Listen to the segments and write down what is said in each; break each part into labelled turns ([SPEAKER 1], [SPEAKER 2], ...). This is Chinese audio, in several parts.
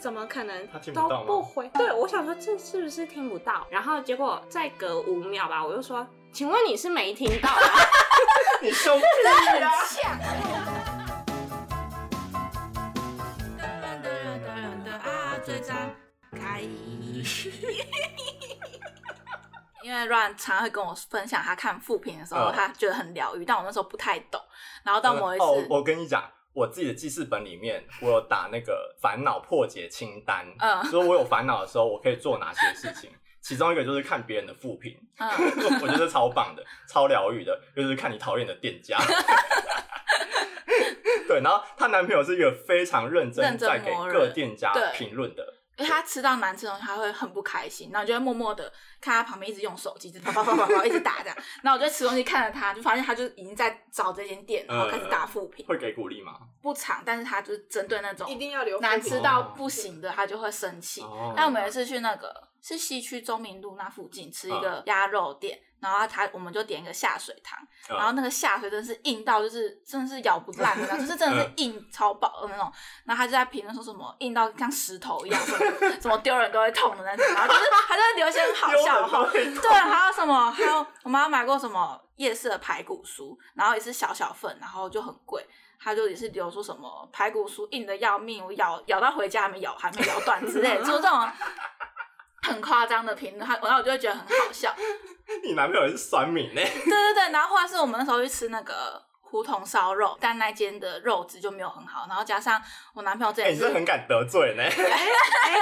[SPEAKER 1] 怎么可能
[SPEAKER 2] 他听不
[SPEAKER 1] 都
[SPEAKER 2] 到吗
[SPEAKER 1] 不回？对，我想说这是不是听不到？然后结果再隔五秒吧，我就说，请问你是没听到吗？
[SPEAKER 2] 你凶屁呀、
[SPEAKER 3] 啊，最张开。因为 Run 常常会跟我分享他看副评的时候，
[SPEAKER 2] 嗯
[SPEAKER 3] 他觉得很疗愈，但我那时候不太懂。然后到某一次，
[SPEAKER 2] 哦，我跟你讲，我自己的记事本里面，我有打那个烦恼破解清单，
[SPEAKER 3] 嗯
[SPEAKER 2] 所以我有烦恼的时候，我可以做哪些事情。其中一个就是看别人的负评，
[SPEAKER 3] 嗯，
[SPEAKER 2] 我觉得超棒的，超疗愈的，就是看你讨厌的店家。 对，然后她男朋友是一个非常认真
[SPEAKER 3] 认真
[SPEAKER 2] 在给
[SPEAKER 3] 磨人
[SPEAKER 2] 各店家
[SPEAKER 3] 对
[SPEAKER 2] 评论的，
[SPEAKER 3] 因为他吃到难吃的东西，他会很不开心，然后就会默默的看他旁边一直用手机，一直啪啪啪啪啪一直打这样。然后我就吃东西看着他，就发现他就已经在找这间
[SPEAKER 2] 嗯
[SPEAKER 3] 店，然后开始打副评，
[SPEAKER 2] 会给鼓励吗？
[SPEAKER 3] 不长，但是他就是针对那种
[SPEAKER 4] 一定要留
[SPEAKER 3] 难吃
[SPEAKER 4] 吃
[SPEAKER 3] 到不行的，他就会生气。
[SPEAKER 2] 哦
[SPEAKER 3] 但我们有一次去那个是西区中民路那附近
[SPEAKER 2] 嗯
[SPEAKER 3] 吃一个鸭肉店，然后他我们就点一个下水汤，
[SPEAKER 2] 嗯
[SPEAKER 3] 然后那个下水真的是硬到就是真的是咬不烂的那种，就是真的
[SPEAKER 2] 嗯
[SPEAKER 3] 是硬超饱的那种。然后他就在评论说什么硬到像石头一样，什么什么丢人都会痛的那种，然后就是他就留一些很好笑的哦话，
[SPEAKER 2] 丢人都会痛
[SPEAKER 3] 对，还有什么？还有我妈买过什么夜市的排骨酥，然后也是小小份，然后就很贵。她就也是留说什么排骨酥硬的要命，我咬咬到回家还没咬还没咬断之类的，就是这种很夸张的评论，她然后我就会觉得很好笑。
[SPEAKER 2] 你男朋友也是酸民呢、
[SPEAKER 3] 对对对，然后后来是我们那时候去吃那个胡同烧肉，但那间的肉质就没有很好，然后加上我男朋友之
[SPEAKER 2] 哎、
[SPEAKER 3] 前
[SPEAKER 2] 你
[SPEAKER 3] 是
[SPEAKER 2] 真的很敢得罪呢、
[SPEAKER 1] 哎，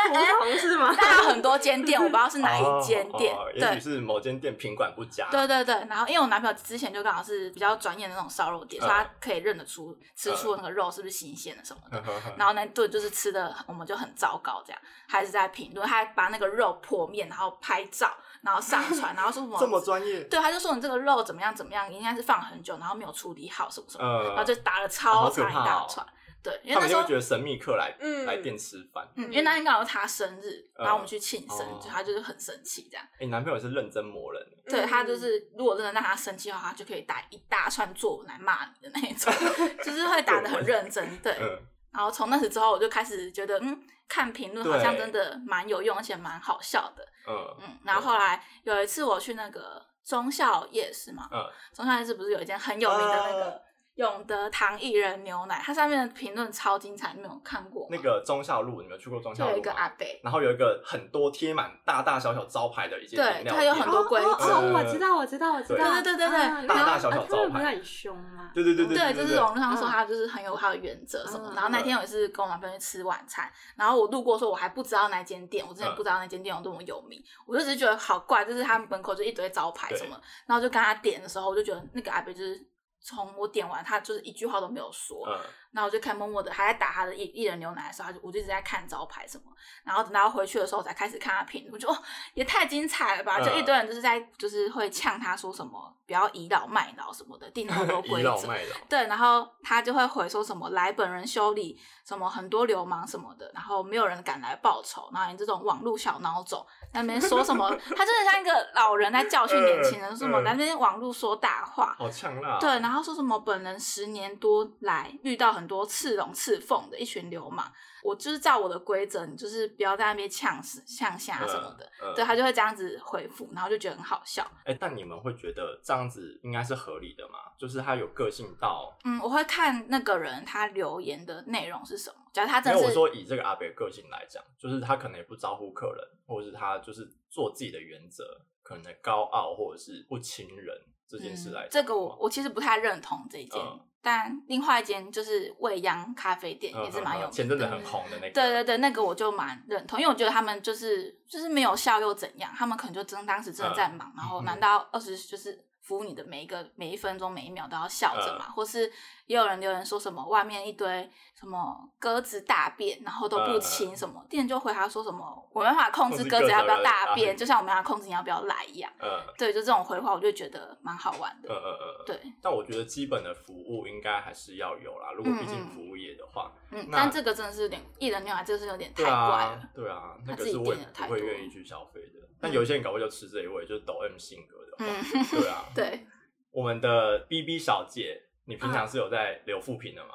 [SPEAKER 1] 胡同是吗？
[SPEAKER 3] 但有很多间店，我不知道是哪一间店，
[SPEAKER 2] 哦哦也
[SPEAKER 3] 对
[SPEAKER 2] 许。是某间店品管不佳，
[SPEAKER 3] 对对对，然后因为我男朋友之前就刚好是比较专业的那种烧肉店，所以他
[SPEAKER 2] 嗯
[SPEAKER 3] 可以认得出吃出那个肉是不是新鲜的什么的。 然后那顿就是吃的，我们就很糟糕，这样还是在评论，他还把那个肉破面，然后拍照，然后上传，然后说什 么
[SPEAKER 2] 这么专业，
[SPEAKER 3] 对，他就说你这个肉怎么样怎么样，应该是放很久，然后没有处理好什么什么，
[SPEAKER 2] 呃，
[SPEAKER 3] 然后就打了
[SPEAKER 2] 好
[SPEAKER 3] 超
[SPEAKER 2] 可
[SPEAKER 3] 长一
[SPEAKER 2] 怕
[SPEAKER 3] 大
[SPEAKER 2] 哦
[SPEAKER 3] 串。对，因为
[SPEAKER 2] 他
[SPEAKER 3] 那
[SPEAKER 2] 们
[SPEAKER 3] 时
[SPEAKER 2] 就
[SPEAKER 3] 候
[SPEAKER 2] 会觉得神秘客来、
[SPEAKER 4] 嗯
[SPEAKER 2] 来店吃饭。
[SPEAKER 3] 嗯，因为那天刚好是他生日，然后我们
[SPEAKER 2] 嗯
[SPEAKER 3] 去庆生，
[SPEAKER 2] 哦
[SPEAKER 3] 就他就是很生气这样。
[SPEAKER 2] 哎、你男朋友是认真磨人，
[SPEAKER 3] 对他
[SPEAKER 2] 嗯
[SPEAKER 3] 就是，如果真的让他生气的话，他就可以打一大串作文来骂你的那一 种，就是会打的很认真。对，
[SPEAKER 2] 嗯，
[SPEAKER 3] 然后从那时之后，我就开始觉得，嗯，看评论好像
[SPEAKER 2] 对
[SPEAKER 3] 真的蛮有用，而且蛮好笑的。
[SPEAKER 2] 嗯
[SPEAKER 3] 嗯，然后后来有一次我去那个忠孝夜市嘛，
[SPEAKER 2] 嗯
[SPEAKER 3] 中山市不是有一间很有名的那个永德堂薏仁牛奶，它上面的评论超精彩，你们有看过吗？
[SPEAKER 2] 那个忠孝路，你们有去过忠
[SPEAKER 3] 就
[SPEAKER 2] 孝
[SPEAKER 3] 有
[SPEAKER 2] 路
[SPEAKER 3] 一个阿
[SPEAKER 2] 吗？
[SPEAKER 3] 伯，
[SPEAKER 2] 然后有一个很多贴满大大小小招牌的一间
[SPEAKER 3] 对
[SPEAKER 2] 饮料
[SPEAKER 3] 它有
[SPEAKER 2] 店
[SPEAKER 3] 很多规矩
[SPEAKER 1] 哦哦
[SPEAKER 2] 对
[SPEAKER 1] 哦，我知道，我知道，我知道。
[SPEAKER 3] 对对对对对
[SPEAKER 1] 啊
[SPEAKER 2] 大大小小
[SPEAKER 1] 啊他们
[SPEAKER 2] 招
[SPEAKER 1] 不
[SPEAKER 2] 牌
[SPEAKER 1] 是很凶吗？
[SPEAKER 2] 对对对对对，
[SPEAKER 3] 对，就是
[SPEAKER 2] 对
[SPEAKER 3] 网络上说
[SPEAKER 1] 嗯
[SPEAKER 3] 他就是很有他的原则什么。
[SPEAKER 1] 嗯
[SPEAKER 3] 然后那天我也是跟我男朋友去吃晚餐，然后我路过的时候我还不知道那间店，我之前
[SPEAKER 2] 嗯
[SPEAKER 3] 不知道那间店有多么有名，我就只是觉得好怪，就是他门口就一堆招牌什么。然后就跟他点的时候，我就觉得那个阿伯就是从我点完，他就是一句话都没有说。
[SPEAKER 2] 嗯，
[SPEAKER 3] 然后我就看默默的还在打他的一一人牛奶的时候，他就我就一直在看招牌什么，然后等到回去的时候我才开始看他评论，我就哦也太精彩了吧！
[SPEAKER 2] 嗯
[SPEAKER 3] 就一堆人就是在就是会呛他说什么不要倚老卖老什么的，定很多规
[SPEAKER 2] 倚老
[SPEAKER 3] 则。
[SPEAKER 2] 卖老，
[SPEAKER 3] 对，然后他就会回说什么来本人修理，什么很多流氓什么的，然后没有人敢来报仇，然后你这种网络小孬种，在那边说 什么，他真的像一个老人在教训年轻人，说什
[SPEAKER 2] 嗯
[SPEAKER 3] 么
[SPEAKER 2] 嗯哦
[SPEAKER 3] 在那边网络说大话，
[SPEAKER 2] 好呛辣，
[SPEAKER 3] 对，然后说什么本人十年多来遇到很多刺龙刺凤的一群流氓，我就是照我的规则，你就是不要在那边呛死呛下
[SPEAKER 2] 嗯
[SPEAKER 3] 啊什么的。
[SPEAKER 2] 嗯
[SPEAKER 3] 对，他就会这样子回复，然后就觉得很好笑。
[SPEAKER 2] 哎、但你们会觉得这样子应该是合理的嘛？就是他有个性到，
[SPEAKER 3] 嗯，我会看那个人他留言的内容是什么。假如他
[SPEAKER 2] 没
[SPEAKER 3] 真
[SPEAKER 2] 有
[SPEAKER 3] 的
[SPEAKER 2] 我
[SPEAKER 3] 啊是
[SPEAKER 2] 说以这个阿北个性来讲，就是他可能也不招呼客人，或者是他就是做自己的原则，可能高傲或者是不亲人这件事来讲、
[SPEAKER 3] 嗯这个我我其实不太认同这一间，
[SPEAKER 2] 嗯
[SPEAKER 3] 但另外一间就是未央咖啡店、
[SPEAKER 2] 嗯
[SPEAKER 3] 也是蛮有
[SPEAKER 2] 嗯嗯前阵
[SPEAKER 3] 名的。
[SPEAKER 2] 子很红的那个，
[SPEAKER 3] 对对对，那个我就蛮认同，因为我觉得他们就是就是没有笑又怎样，他们可能就真当时
[SPEAKER 2] 嗯
[SPEAKER 3] 真的在忙，然后难道二十就是服务你的每一个每一分钟每一秒都要笑着嘛？
[SPEAKER 2] 嗯
[SPEAKER 3] 或是也有人留言说什么外面一堆什么鸽子大便，然后都
[SPEAKER 2] 嗯
[SPEAKER 3] 不清什么，店就回他说什么我没办法控制鸽子要不
[SPEAKER 2] 控制鸽子要不
[SPEAKER 3] 要大
[SPEAKER 2] 要大
[SPEAKER 3] 便，
[SPEAKER 2] 便
[SPEAKER 3] 就像我没办法控制你要不要来一样。
[SPEAKER 2] 嗯
[SPEAKER 3] 对，就这种回话，我就觉得蛮好玩
[SPEAKER 2] 嗯
[SPEAKER 3] 的。
[SPEAKER 2] 嗯嗯，嗯。
[SPEAKER 3] 对，
[SPEAKER 2] 但我觉得基本的服务应该还是要有啦，如果毕竟服务业的话，
[SPEAKER 3] 嗯，
[SPEAKER 2] 那
[SPEAKER 3] 但这个真的是有点艺人牛奶，这个是有点太
[SPEAKER 2] 对
[SPEAKER 3] 怪 了。
[SPEAKER 2] 啊，对啊，
[SPEAKER 3] 他
[SPEAKER 2] 那个
[SPEAKER 3] 自己
[SPEAKER 2] 是我
[SPEAKER 3] 定
[SPEAKER 2] 也
[SPEAKER 3] 的
[SPEAKER 2] 不
[SPEAKER 3] 太
[SPEAKER 2] 会
[SPEAKER 3] 多
[SPEAKER 2] 愿意去消费的。但有些人搞不好就吃这一味，就是抖 M 性格的话，
[SPEAKER 3] 嗯。
[SPEAKER 2] 对啊
[SPEAKER 3] 对，嗯
[SPEAKER 2] 我们的 B B 小姐，你平常是有在留副评的吗？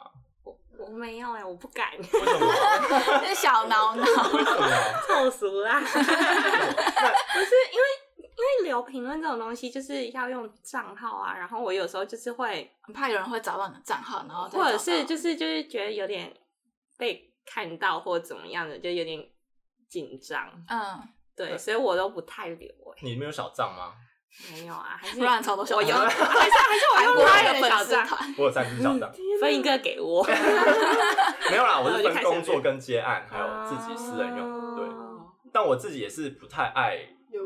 [SPEAKER 1] 我没有哎、我不 敢，
[SPEAKER 2] 为什么？
[SPEAKER 3] 是小挠挠。
[SPEAKER 2] 为什么？
[SPEAKER 1] 臭俗 啦！不是因为。因为留评论这种东西就是要用账号啊，然后我有时候就是会，
[SPEAKER 3] 很怕有人会找到你的账号，然后
[SPEAKER 2] 哦
[SPEAKER 3] 再
[SPEAKER 1] 或者
[SPEAKER 3] 找
[SPEAKER 1] 是
[SPEAKER 3] 到
[SPEAKER 1] 就是就是觉得有点被看到或怎么样的，就有点紧张。
[SPEAKER 3] 嗯，
[SPEAKER 1] 对，所以我都不太留哎、
[SPEAKER 2] 你没有小账吗？
[SPEAKER 1] 没有啊，还是
[SPEAKER 3] 不然超多小
[SPEAKER 1] 我有，
[SPEAKER 3] 账
[SPEAKER 1] 还是还是 我
[SPEAKER 3] 韩
[SPEAKER 1] 用
[SPEAKER 3] 国
[SPEAKER 1] 他
[SPEAKER 3] 人
[SPEAKER 1] 的
[SPEAKER 3] 的
[SPEAKER 1] 小
[SPEAKER 3] 粉丝
[SPEAKER 1] 账，
[SPEAKER 3] 团，
[SPEAKER 2] 我有三只 小账，
[SPEAKER 1] 啊分一个给我。
[SPEAKER 2] 没有啦，我是
[SPEAKER 1] 啊我就开
[SPEAKER 2] 分
[SPEAKER 1] 始啊
[SPEAKER 2] 工作跟接案，还有自己私人用的。对，
[SPEAKER 1] 哦
[SPEAKER 2] 但我自己也是不太爱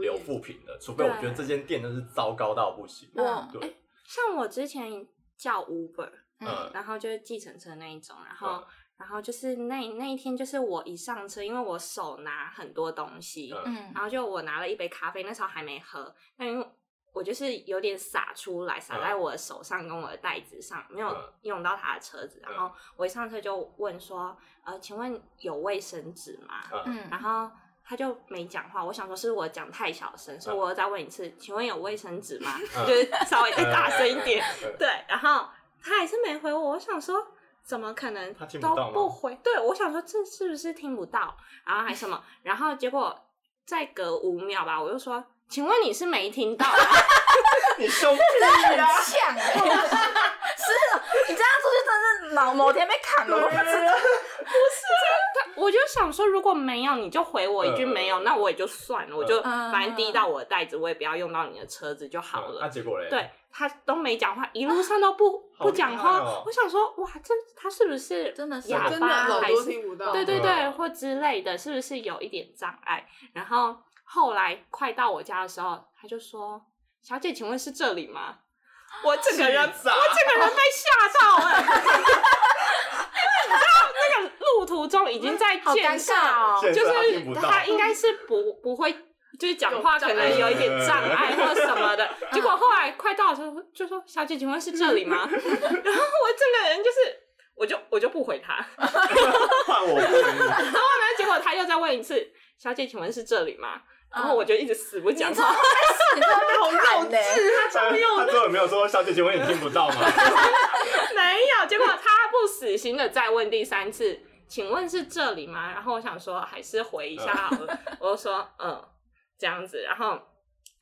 [SPEAKER 2] 留负评的，除非我觉得这间店真是糟糕到不行。
[SPEAKER 3] 嗯
[SPEAKER 2] 对，
[SPEAKER 1] 像我之前叫 Uber，
[SPEAKER 2] 嗯
[SPEAKER 3] 嗯，
[SPEAKER 1] 然后就是计程车那一种，然后
[SPEAKER 2] 嗯
[SPEAKER 1] 然后就是那那一天就是我一上车，因为我手拿很多东西，
[SPEAKER 2] 嗯
[SPEAKER 3] 嗯
[SPEAKER 1] 然后就我拿了一杯咖啡，那时候还没喝，但因为我就是有点洒出来，洒在我的手上跟我的袋子上，没有
[SPEAKER 2] 嗯
[SPEAKER 1] 用到他的车子。
[SPEAKER 2] 嗯
[SPEAKER 1] 然后我一上车就问说：“呃，请问有卫生纸吗？”
[SPEAKER 2] 嗯，
[SPEAKER 3] 嗯
[SPEAKER 1] 然后他就没讲话，我想说是我讲太小声，所以我又再问一次：“请问有卫生纸吗？”
[SPEAKER 2] 嗯
[SPEAKER 1] 就是稍微再大声一点。
[SPEAKER 2] 嗯。嗯嗯
[SPEAKER 1] 对，然后他还是没回我，我想说怎么可能
[SPEAKER 2] 他听不
[SPEAKER 1] 都
[SPEAKER 2] 到吗
[SPEAKER 1] 不回？对，我想说这是不是听不到？然后还什么？然后结果再隔五秒吧，我就说。请问你是没听到吗？
[SPEAKER 2] 你凶
[SPEAKER 3] 很
[SPEAKER 2] 屁呀！
[SPEAKER 3] 呛哎，是哦，你这样出去真是脑某天被砍了，我不知道。
[SPEAKER 1] 我就想说，如果没有，你就回我一句
[SPEAKER 2] 嗯
[SPEAKER 1] 没有，那我也就算了，我就
[SPEAKER 2] 呃
[SPEAKER 3] 嗯
[SPEAKER 1] 反正滴到我的袋子，我也不要用到你的车子就好
[SPEAKER 2] 嗯那
[SPEAKER 1] 了。
[SPEAKER 2] 结果嘞？
[SPEAKER 1] 对他都没讲话，一路上都不
[SPEAKER 2] 好
[SPEAKER 1] 不讲
[SPEAKER 2] 厉
[SPEAKER 1] 话
[SPEAKER 2] 害哦。
[SPEAKER 1] 我想说，哇，这他是不是
[SPEAKER 3] 真的是
[SPEAKER 1] 哑
[SPEAKER 4] 真的
[SPEAKER 1] 巴
[SPEAKER 4] 耳
[SPEAKER 1] 还
[SPEAKER 4] 朵
[SPEAKER 1] 是
[SPEAKER 4] 听不到，
[SPEAKER 1] 对对
[SPEAKER 2] 嗯
[SPEAKER 1] 对，或之类的，是不是有一点障碍？然后后来快到我家的时候，他就说：“小姐，请问是这里吗？”我整个人，我
[SPEAKER 2] 气炸
[SPEAKER 1] 整个人被吓到了， 因为你知道那个路途中已经在
[SPEAKER 3] 好
[SPEAKER 1] 建
[SPEAKER 3] 尴
[SPEAKER 1] 设，
[SPEAKER 3] 尬哦
[SPEAKER 2] 建
[SPEAKER 1] 就
[SPEAKER 2] 设他
[SPEAKER 1] 是
[SPEAKER 2] 听不到
[SPEAKER 1] 他 应该是不不会。就是讲话
[SPEAKER 4] 有障
[SPEAKER 1] 可
[SPEAKER 4] 碍
[SPEAKER 1] 能有一点障碍或什么的，
[SPEAKER 3] 嗯
[SPEAKER 1] 结果后来快到的时候就说：“小姐，请问是这里吗？”然后我整个人就是，我就我就不回他，
[SPEAKER 2] 换我不理
[SPEAKER 1] 然后呢，结果他又再问一次：“小姐，请问是这里吗？”然后我就一直死不讲
[SPEAKER 3] 嗯你知道
[SPEAKER 1] 话
[SPEAKER 3] 吗，你真的被砍欸呢，
[SPEAKER 2] 他他最后没有说小姐姐，我也听不到 吗？
[SPEAKER 1] 没有。结果他不死心的再问第三次：“请问是这里吗？”然后我想说还是回一下好了，我就说：“嗯，这样子。”然后。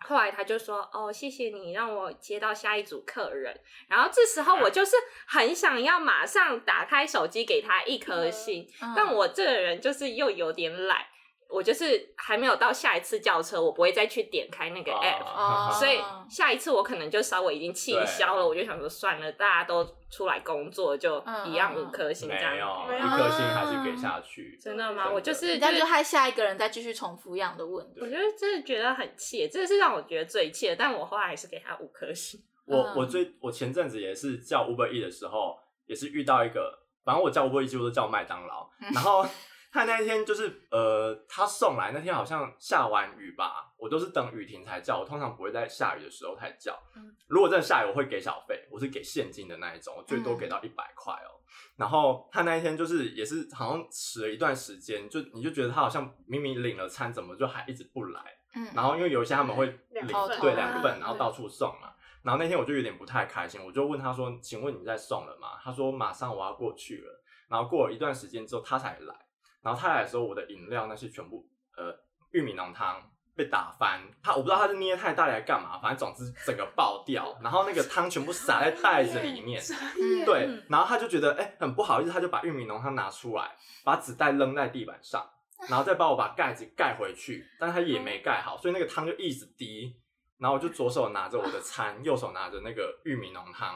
[SPEAKER 1] 后来他就说：“哦，谢谢你让我接到下一组客人。”然后这时候我
[SPEAKER 3] 嗯
[SPEAKER 1] 就是很想要马上打开手机给他一颗
[SPEAKER 3] 嗯
[SPEAKER 1] 星，但我这个人就是又有点懒，我就是还没有到下一次叫车，我不会再去点开那
[SPEAKER 3] 哦
[SPEAKER 1] 个 app，、
[SPEAKER 2] 啊
[SPEAKER 1] 所以下一次我可能就稍微已经气消了，我就想说算了，大家都出来工作，就
[SPEAKER 3] 嗯
[SPEAKER 1] 一样
[SPEAKER 3] 嗯
[SPEAKER 1] 五颗星这样。啊
[SPEAKER 2] 没有，一
[SPEAKER 4] 没有
[SPEAKER 2] 颗星还是给下去。
[SPEAKER 1] 真的吗？
[SPEAKER 2] 真的
[SPEAKER 1] 我就是
[SPEAKER 3] 人家
[SPEAKER 1] 就
[SPEAKER 3] 嗯就是害下一个人再继续重复一样的问
[SPEAKER 1] 我
[SPEAKER 3] 题。
[SPEAKER 1] 觉得真的觉得很气，这是让我觉得最气的。但我后来还是给他五颗星。
[SPEAKER 2] 我
[SPEAKER 3] 嗯
[SPEAKER 2] 我最我前阵子也是叫 Uber E 的时候，也是遇到一个，反正我叫 Uber E 几乎都叫麦当劳， 然后他那一天就是呃，他送来那天好像下完雨吧，我都是等雨停才叫，我通常不会在下雨的时候才叫。如果真的下雨，我会给小费，我是给现金的那一种，我最多给到一百块哦。然后他那一天就是也是好像迟了一段时间，就你就觉得他好像明明领了餐，怎么就还一直不来？
[SPEAKER 3] 嗯
[SPEAKER 2] 然后因为有一些他们会领
[SPEAKER 4] 两
[SPEAKER 3] 份
[SPEAKER 2] 对
[SPEAKER 3] 哦
[SPEAKER 2] 两份，然后
[SPEAKER 4] 对
[SPEAKER 2] 到处送嘛。然后那天我就有点不太开心，我就问他说：“请问你在送了吗？”他说：“马上我要过去了。”然后过了一段时间之后，他才来。然后他来的时候，我的饮料那些全部呃玉米浓汤被打翻，他我不知道他是捏太大力来干嘛，反正总之整个爆掉，然后那个汤全部洒在袋子里 面。
[SPEAKER 3] 嗯
[SPEAKER 2] 对，然后他就觉得哎、很不好意思，他就把玉米浓汤拿出来，把纸袋扔在地板上，然后再帮我把盖子盖回去，但他也没盖好，所以那个汤就一直滴。然后我就左手拿着我的餐，右手拿着那个玉米浓汤，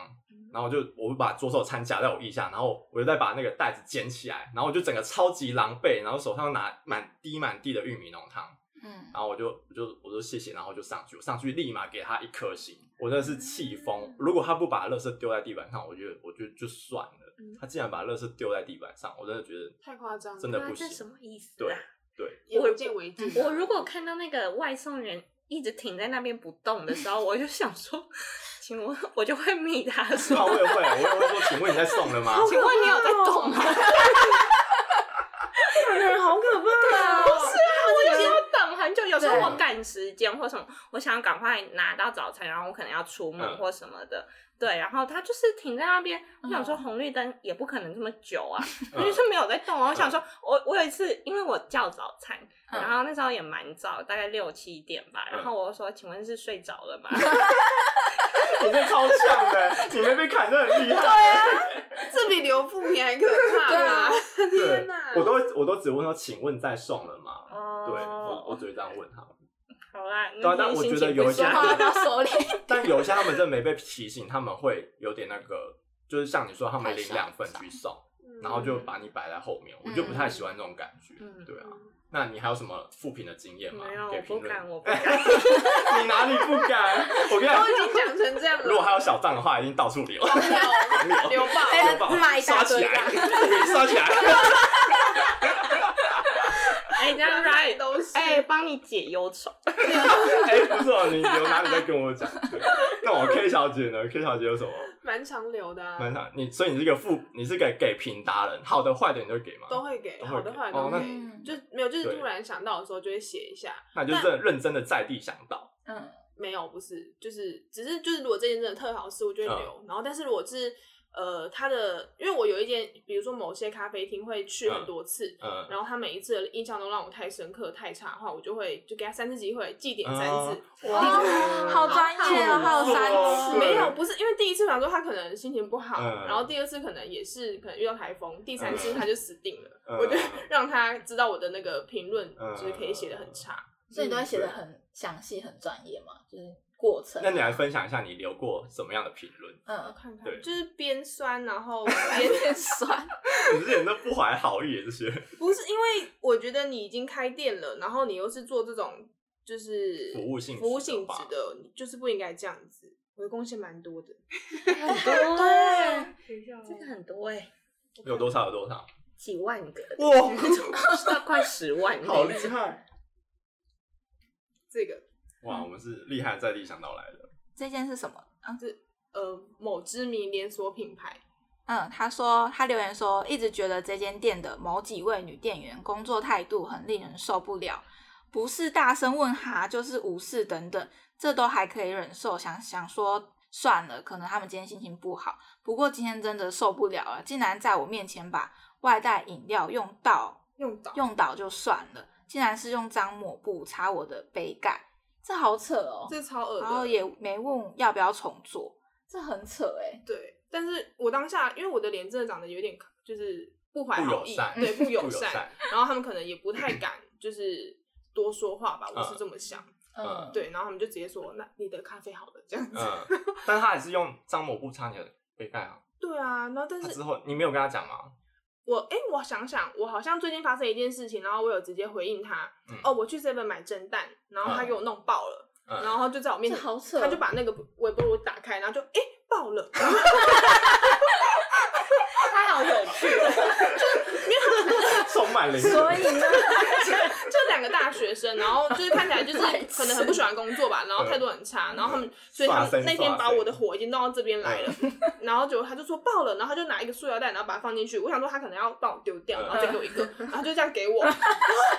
[SPEAKER 2] 然后我就我就把左手餐夹在我腋下，然后我就再把那个袋子捡起来，然后我就整个超级狼狈，然后手上拿满滴满地的玉米浓汤，
[SPEAKER 3] 嗯，
[SPEAKER 2] 然后我就我就我就谢谢，然后就上去，我上去立马给他一颗星，我真的是气
[SPEAKER 4] 嗯
[SPEAKER 2] 疯。如果他不把垃圾丢在地板上，我觉得我就就算了。他竟然把垃圾丢在地板上，我真的觉得
[SPEAKER 4] 嗯太夸张了
[SPEAKER 2] 真的不行。
[SPEAKER 1] 么意思啊
[SPEAKER 2] 对
[SPEAKER 4] 眼不见为净。啊
[SPEAKER 1] 我如果看到那个外送人一直停在那边不动的 时候，我就想说，请问我就会密他
[SPEAKER 2] 啊，我
[SPEAKER 1] 说，
[SPEAKER 2] 也会，我也会说，请问你在送了吗？
[SPEAKER 1] 请问你有在动吗？
[SPEAKER 4] 看的人好可怕啊！
[SPEAKER 2] 啊
[SPEAKER 4] 啊
[SPEAKER 1] 我有时候等很久，有时候我感赶时间或什么，我想赶快拿到早餐，然后我可能要出门
[SPEAKER 2] 嗯
[SPEAKER 1] 或什么的。对，然后他就是停在那边，我想说
[SPEAKER 3] 嗯
[SPEAKER 1] 红绿灯也不可能这么久啊，我
[SPEAKER 2] 嗯
[SPEAKER 1] 就是没有在动啊。我想说，我我有一次，因为我叫早餐，
[SPEAKER 2] 嗯
[SPEAKER 1] 然后那时候也蛮早，大概六七点吧，然
[SPEAKER 2] 嗯
[SPEAKER 1] 后我就说，请问是睡着了 吗？
[SPEAKER 2] 你这超像的，你那被砍的很厉害。
[SPEAKER 4] 这比刘富平还可怕
[SPEAKER 3] 对啊
[SPEAKER 4] 吧？
[SPEAKER 2] 对
[SPEAKER 4] 天哪，
[SPEAKER 2] 我都会我都只问说，请问在送了吗？对，我我
[SPEAKER 1] 哦，
[SPEAKER 2] 只会这样问他。
[SPEAKER 1] 好啦，
[SPEAKER 2] 对啊
[SPEAKER 1] 那
[SPEAKER 2] 但
[SPEAKER 1] 天
[SPEAKER 2] 我
[SPEAKER 1] 心
[SPEAKER 2] 觉得
[SPEAKER 1] 情
[SPEAKER 2] 有
[SPEAKER 1] 不
[SPEAKER 2] 一
[SPEAKER 1] 错
[SPEAKER 2] 些
[SPEAKER 3] 说话到手里，
[SPEAKER 2] 但有些他们真的没被提醒，他们会有点那个，就是像你说，他们领两份去送，然后就把你摆在后面，我就不太喜欢这种感觉。
[SPEAKER 1] 嗯
[SPEAKER 2] 对啊，那你还有什么复评的经验吗？
[SPEAKER 1] 没有，
[SPEAKER 2] 给
[SPEAKER 1] 我
[SPEAKER 2] 评
[SPEAKER 1] 不
[SPEAKER 2] 论
[SPEAKER 1] 敢，我不敢。
[SPEAKER 2] 你哪里不敢？ 我跟你
[SPEAKER 4] 啊都
[SPEAKER 2] 讲
[SPEAKER 4] 已，经讲成这样
[SPEAKER 2] 如果还
[SPEAKER 4] 了，
[SPEAKER 2] 有
[SPEAKER 4] 啊
[SPEAKER 2] 小账的话，已经到处流，
[SPEAKER 4] 刘爸，
[SPEAKER 3] 哎
[SPEAKER 2] 流爆
[SPEAKER 3] 骂一
[SPEAKER 2] 刷
[SPEAKER 3] 大
[SPEAKER 2] 起
[SPEAKER 3] 堆
[SPEAKER 2] 来，
[SPEAKER 3] 这
[SPEAKER 2] 刷起 来。
[SPEAKER 1] 哎，这 样
[SPEAKER 4] 原来
[SPEAKER 1] right，
[SPEAKER 4] 都是
[SPEAKER 1] 哎，帮你解忧愁。
[SPEAKER 2] 哎，不错，你有哪里在跟我讲？对那我 K 小姐呢？K 小姐有什么？
[SPEAKER 4] 蛮常留的啊，
[SPEAKER 2] 蛮想你，所以你是个负，你是个给评达人，好的坏的你都给吗？
[SPEAKER 4] 都会给，
[SPEAKER 2] 都会
[SPEAKER 4] 好的
[SPEAKER 2] 给
[SPEAKER 4] 话
[SPEAKER 2] 哦
[SPEAKER 4] 都
[SPEAKER 2] 那
[SPEAKER 4] 会给。
[SPEAKER 3] 嗯
[SPEAKER 4] 就没有，就是
[SPEAKER 2] 对
[SPEAKER 4] 突然想到的时候就会写一下，
[SPEAKER 2] 那你就认认真的在地想到，
[SPEAKER 3] 嗯，
[SPEAKER 4] 没有，不是，就是只是就是，如果这件真的特好吃，我就
[SPEAKER 2] 嗯
[SPEAKER 4] 会留。然后，但是如果是呃，它的，因为我有一间，比如说某些咖啡厅会去很多次，
[SPEAKER 2] 嗯，
[SPEAKER 4] 然后他每一次的印象都让我太深刻、太差的话，我就会就给他三次机会，记点三
[SPEAKER 2] 嗯
[SPEAKER 4] 次。
[SPEAKER 3] 哇好专业哦，还有
[SPEAKER 2] 哦
[SPEAKER 3] 三
[SPEAKER 2] 对
[SPEAKER 3] 次，
[SPEAKER 4] 没有，不是因为第一次，想说他可能心情不好，
[SPEAKER 2] 嗯
[SPEAKER 4] 然后第二次可能也是可能遇到台风，第三次
[SPEAKER 2] 嗯
[SPEAKER 4] 他就死定了。
[SPEAKER 2] 嗯
[SPEAKER 4] 我就让他知道我的那个评论
[SPEAKER 2] 嗯
[SPEAKER 4] 就是可以写的很差。
[SPEAKER 3] 所以你都会写的很详细、很专业嘛，就是过程。
[SPEAKER 2] 那你来分享一下你留过什么样的评论？
[SPEAKER 4] 我
[SPEAKER 3] 嗯，
[SPEAKER 4] 看看
[SPEAKER 2] 对，
[SPEAKER 4] 就是边酸，然后边
[SPEAKER 3] 有点酸，
[SPEAKER 2] 你这人都不怀好意，这些
[SPEAKER 4] 不是因为我觉得你已经开店了，然后你又是做这种就是
[SPEAKER 2] 服务性质的
[SPEAKER 4] 服务性质
[SPEAKER 2] 话
[SPEAKER 4] 的，你就是不应该这样子。我的贡献蛮多的，
[SPEAKER 1] 很 多哎，这个很多哎，
[SPEAKER 2] 有多少有多少？
[SPEAKER 1] 几万个，
[SPEAKER 2] 哇，
[SPEAKER 1] 到 快十万，欸
[SPEAKER 2] 好厉！害！
[SPEAKER 4] 这个
[SPEAKER 2] 哇，我们是厉害在地想到来的，
[SPEAKER 3] 这件是什么？嗯
[SPEAKER 4] 呃某知名连锁品牌，
[SPEAKER 3] 嗯，他说他留言说，一直觉得这间店的某几位女店员工作态度很令人受不了，不是大声问哈，就是无视等等，这都还可以忍受。想想说算了，可能他们今天心情不好，不过今天真的受不了了，竟然在我面前把外带饮料用到
[SPEAKER 4] 用到
[SPEAKER 3] 用倒就算了，竟然是用脏抹布擦我的杯盖，这好扯哦。
[SPEAKER 4] 这超恶
[SPEAKER 3] 然后
[SPEAKER 4] 的，
[SPEAKER 3] 也没问要不要重做，这很扯哎、
[SPEAKER 4] 对。但是我当下因为我的脸真的长得有点就是不怀
[SPEAKER 2] 不
[SPEAKER 4] 好
[SPEAKER 2] 友
[SPEAKER 4] 意
[SPEAKER 2] 善，，
[SPEAKER 4] 对不友
[SPEAKER 2] 不友善，
[SPEAKER 4] 然后他们可能也不太敢就是多说话吧，我是这么想。
[SPEAKER 2] 嗯
[SPEAKER 4] 对，然后他们就直接说：“那你的咖啡好了。”这样子。
[SPEAKER 2] 嗯，但他还是用张抹布擦你的杯盖啊。
[SPEAKER 4] 对啊，然后但
[SPEAKER 2] 他
[SPEAKER 4] 是
[SPEAKER 2] 之后你没有跟他讲吗？
[SPEAKER 4] 我哎、我想想，我好像最近发生一件事情，然后我有直接回应他，
[SPEAKER 2] 嗯
[SPEAKER 4] 哦，我去 seven 买蒸蛋，然后他给我弄爆了，
[SPEAKER 2] 嗯，
[SPEAKER 4] 然后他就在我面前，
[SPEAKER 3] 这好扯
[SPEAKER 4] 他就把那个微波炉打开，然后就哎、爆了，
[SPEAKER 1] 他好有趣，
[SPEAKER 2] 充满灵魂，
[SPEAKER 3] 所以 呢，
[SPEAKER 4] 就两个大学生，然后就是看起来就是可能很不喜欢工作吧，然后态度很差，
[SPEAKER 1] 嗯
[SPEAKER 4] 然后他们所以他
[SPEAKER 2] 刷
[SPEAKER 4] 们
[SPEAKER 2] 身
[SPEAKER 4] 那天
[SPEAKER 2] 刷
[SPEAKER 4] 把
[SPEAKER 2] 身
[SPEAKER 4] 我的火已经弄到这边来了，然后就他就说爆了，然后他就拿一个塑料袋，然后把它放进去，我想说他可能要帮我丢掉，然后再给我一个，
[SPEAKER 1] 嗯
[SPEAKER 4] 然后就这样给我，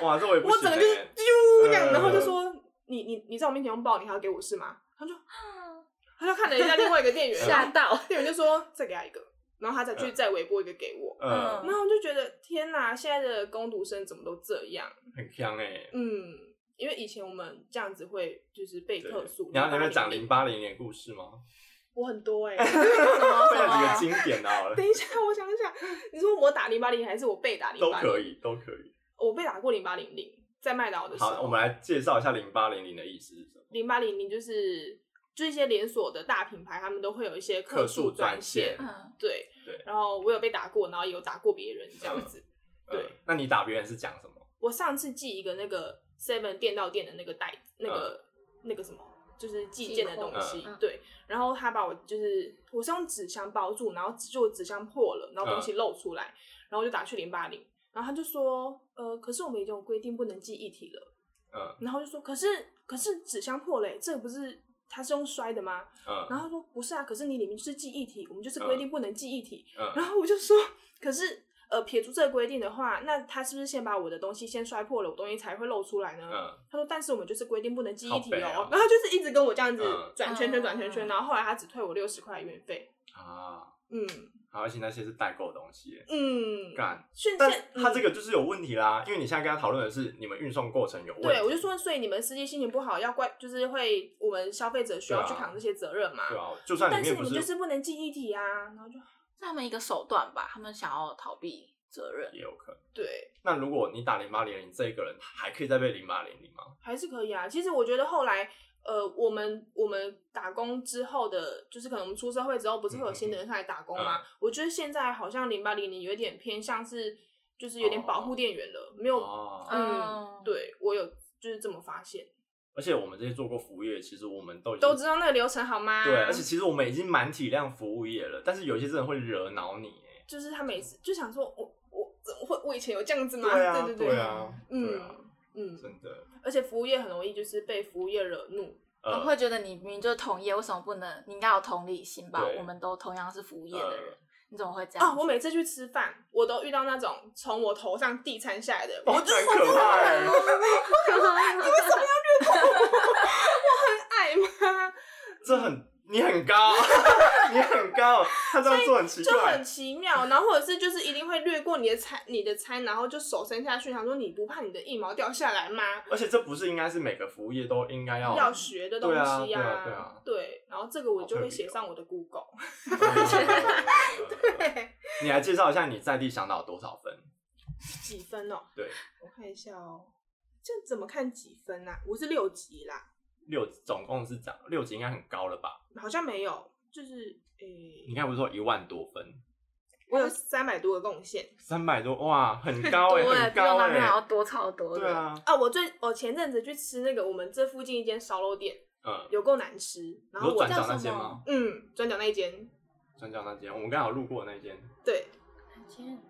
[SPEAKER 2] 哇，这我也不
[SPEAKER 4] 我
[SPEAKER 2] 行
[SPEAKER 4] 整个就是
[SPEAKER 2] 欸
[SPEAKER 4] 丢这样，
[SPEAKER 2] 嗯
[SPEAKER 4] 然后就说你你你在我面前用爆，你还要给我是吗？他就他就看了一下另外一个店员，
[SPEAKER 1] 啊吓到。
[SPEAKER 4] 店员就说再给他一个，然后他再去再微波一个给我，
[SPEAKER 2] 嗯，
[SPEAKER 4] 然后我就觉得天哪，现在的工读生怎么都这样？
[SPEAKER 2] 很香哎。
[SPEAKER 4] 嗯，因为以前我们这样子会就是被
[SPEAKER 2] 对
[SPEAKER 4] 客诉，
[SPEAKER 2] 你要你
[SPEAKER 4] 然后
[SPEAKER 2] 们
[SPEAKER 4] 把
[SPEAKER 2] 讲
[SPEAKER 4] 你
[SPEAKER 2] 零八零年故事吗？
[SPEAKER 4] 我很多
[SPEAKER 1] 欸
[SPEAKER 4] 哎、
[SPEAKER 2] 分享
[SPEAKER 4] 啊
[SPEAKER 2] 几个经典的好了
[SPEAKER 4] 等，一下，我想想，你说我打零八零还是我被打零
[SPEAKER 2] 都
[SPEAKER 4] 八零？
[SPEAKER 2] 可以，都可以。
[SPEAKER 4] 我被打过零八零零，在麦当劳的时
[SPEAKER 2] 好，我
[SPEAKER 4] 候，
[SPEAKER 2] 们来介绍一下零八零零的意思是什么？
[SPEAKER 4] 零八零零就是就一些连锁的大品牌，他们都会有一些
[SPEAKER 2] 客
[SPEAKER 4] 诉
[SPEAKER 2] 诉专
[SPEAKER 4] 线，
[SPEAKER 2] 线，
[SPEAKER 3] 嗯，
[SPEAKER 4] 对
[SPEAKER 2] 对
[SPEAKER 4] 然后我有被打过，然后也有打过别人 这样子。对
[SPEAKER 2] 嗯，那你打别人是讲什么？
[SPEAKER 4] 我上次寄一个那个 Seven 店到店的那个袋子，那个、那个什么，就是寄件的东西
[SPEAKER 1] 寄，扣嗯
[SPEAKER 4] 对。然后他把我就是我是用纸箱包住，然后纸就纸箱破了，然后东西漏出来，然后我就打去零八零，然后他就说，呃，可是我们已经有规定不能寄一体了，
[SPEAKER 2] 嗯
[SPEAKER 4] 然后就说，可是可是纸箱破了欸、这个不是。他是用摔的吗？然
[SPEAKER 2] 嗯
[SPEAKER 4] 后他说不是啊，可是你里面就是记忆体，我们就是规定不能记忆体。
[SPEAKER 2] 嗯
[SPEAKER 4] 然后我就说，可是呃，撇除这个规定的话，那他是不是先把我的东西先摔破了，我东西才会露出来呢？
[SPEAKER 2] 嗯，
[SPEAKER 4] 他说，但是我们就是规定不能记忆体
[SPEAKER 2] 靠北
[SPEAKER 4] 哦。
[SPEAKER 2] 啊
[SPEAKER 4] 然后他就是一直跟我这样子
[SPEAKER 2] 嗯
[SPEAKER 4] 转圈圈
[SPEAKER 3] 嗯
[SPEAKER 4] 转圈圈，
[SPEAKER 3] 嗯
[SPEAKER 4] 然后后来他只退我六十块运费。
[SPEAKER 2] 啊，
[SPEAKER 4] 嗯
[SPEAKER 2] 好，而且那些是代购的东西耶，
[SPEAKER 4] 嗯，
[SPEAKER 2] 干。
[SPEAKER 4] 瞬
[SPEAKER 2] 但
[SPEAKER 4] 间
[SPEAKER 2] 他这
[SPEAKER 4] 嗯
[SPEAKER 2] 个就是有问题啦，因为你现在跟他讨论的是你们运送过程有问题。
[SPEAKER 4] 对，我就说，所以你们司机心情不好，要怪就是会我们消费者需要
[SPEAKER 2] 对啊
[SPEAKER 4] 去扛这些责任嘛。
[SPEAKER 2] 对啊，就算里
[SPEAKER 4] 但是
[SPEAKER 2] 面
[SPEAKER 4] 你
[SPEAKER 2] 不
[SPEAKER 4] 们就是不能记忆体啊，然后就
[SPEAKER 3] 这他们一个手段吧，他们想要逃避责任。
[SPEAKER 2] 也有可能。
[SPEAKER 4] 对，
[SPEAKER 2] 那如果你打零八零零这一个人，还可以再被零八零零吗？
[SPEAKER 4] 还是可以啊。其实我觉得后来，呃，我们我们打工之后的，就是可能我们出社会之后，不是会有新的
[SPEAKER 2] 嗯
[SPEAKER 4] 人上来打工
[SPEAKER 2] 啊
[SPEAKER 4] 吗？我觉得现在好像零八零零有点偏向是，就是有点保护店员了，没有，
[SPEAKER 2] 哦，
[SPEAKER 4] 嗯，对我有就是这么发现，
[SPEAKER 2] 而且我们这些做过服务业，其实我们都已经
[SPEAKER 4] 都知道那个流程好吗？
[SPEAKER 2] 对，啊而且其实我们已经蛮体谅服务业了，但是有些真的会惹恼你耶。
[SPEAKER 4] 就是他每次就想说我。我怎么会？我以前有这样子吗？
[SPEAKER 2] 对啊，
[SPEAKER 4] 对
[SPEAKER 2] 对啊，对啊，
[SPEAKER 4] 嗯嗯，
[SPEAKER 2] 真的。
[SPEAKER 4] 而且服务业很容易就是被服务业惹怒，
[SPEAKER 3] 我
[SPEAKER 2] 呃，
[SPEAKER 3] 会觉得你明明就是同业，为什么不能？你应该有同理心吧？
[SPEAKER 2] 对
[SPEAKER 3] 我们都同样是服务业的人，你怎么会这样
[SPEAKER 4] 啊！
[SPEAKER 3] 子？
[SPEAKER 4] 我每次去吃饭，我都遇到那种从我头上递餐下 来的，
[SPEAKER 2] 哇
[SPEAKER 4] 我就
[SPEAKER 2] 很可怕欸耶。
[SPEAKER 4] 爱吗？
[SPEAKER 2] 这很你很高，啊 你很高，啊他这样做很奇
[SPEAKER 4] 就
[SPEAKER 2] 怪
[SPEAKER 4] 很。奇妙。然后或者是就是一定会掠过你的餐，你的餐，然后就手伸下去，想说你不怕你的腋毛掉下来吗？
[SPEAKER 2] 而且这不是应该是每个服务业都应该要
[SPEAKER 4] 要学的东西
[SPEAKER 2] 对
[SPEAKER 4] 呀、
[SPEAKER 2] 啊对啊对啊
[SPEAKER 4] 对然后这个我就
[SPEAKER 2] 好特
[SPEAKER 4] 会
[SPEAKER 2] 别
[SPEAKER 4] 写
[SPEAKER 2] 哦
[SPEAKER 4] 上我的 Google。
[SPEAKER 2] 对，你来介绍一下你在地想到多少分？
[SPEAKER 4] 几分哦？
[SPEAKER 2] 对，
[SPEAKER 4] 我看一下哦，这怎么看几分啊？我是六级啦，
[SPEAKER 2] 六总共是涨六级，应该很高了吧？
[SPEAKER 4] 好像没有，就是
[SPEAKER 2] 你
[SPEAKER 4] 诶、
[SPEAKER 2] 刚才不是说一万多分，
[SPEAKER 4] 我有三百多个贡献
[SPEAKER 2] 三百多哇，很高哎、
[SPEAKER 3] 多欸
[SPEAKER 2] 很
[SPEAKER 3] 比我
[SPEAKER 2] 高
[SPEAKER 3] 男
[SPEAKER 2] 哎、
[SPEAKER 3] 朋友还要多超多的。
[SPEAKER 2] 对啊，
[SPEAKER 4] 啊！我最我前阵子去吃那个我们这附近一间烧肉店，
[SPEAKER 2] 嗯，
[SPEAKER 4] 有够难吃，然后
[SPEAKER 2] 你说
[SPEAKER 4] 我
[SPEAKER 2] 转角那
[SPEAKER 3] 叫什
[SPEAKER 2] 间
[SPEAKER 3] 么
[SPEAKER 2] 吗？
[SPEAKER 4] 嗯转角那一间，
[SPEAKER 2] 转角那间，我们刚好路过的那间
[SPEAKER 4] 对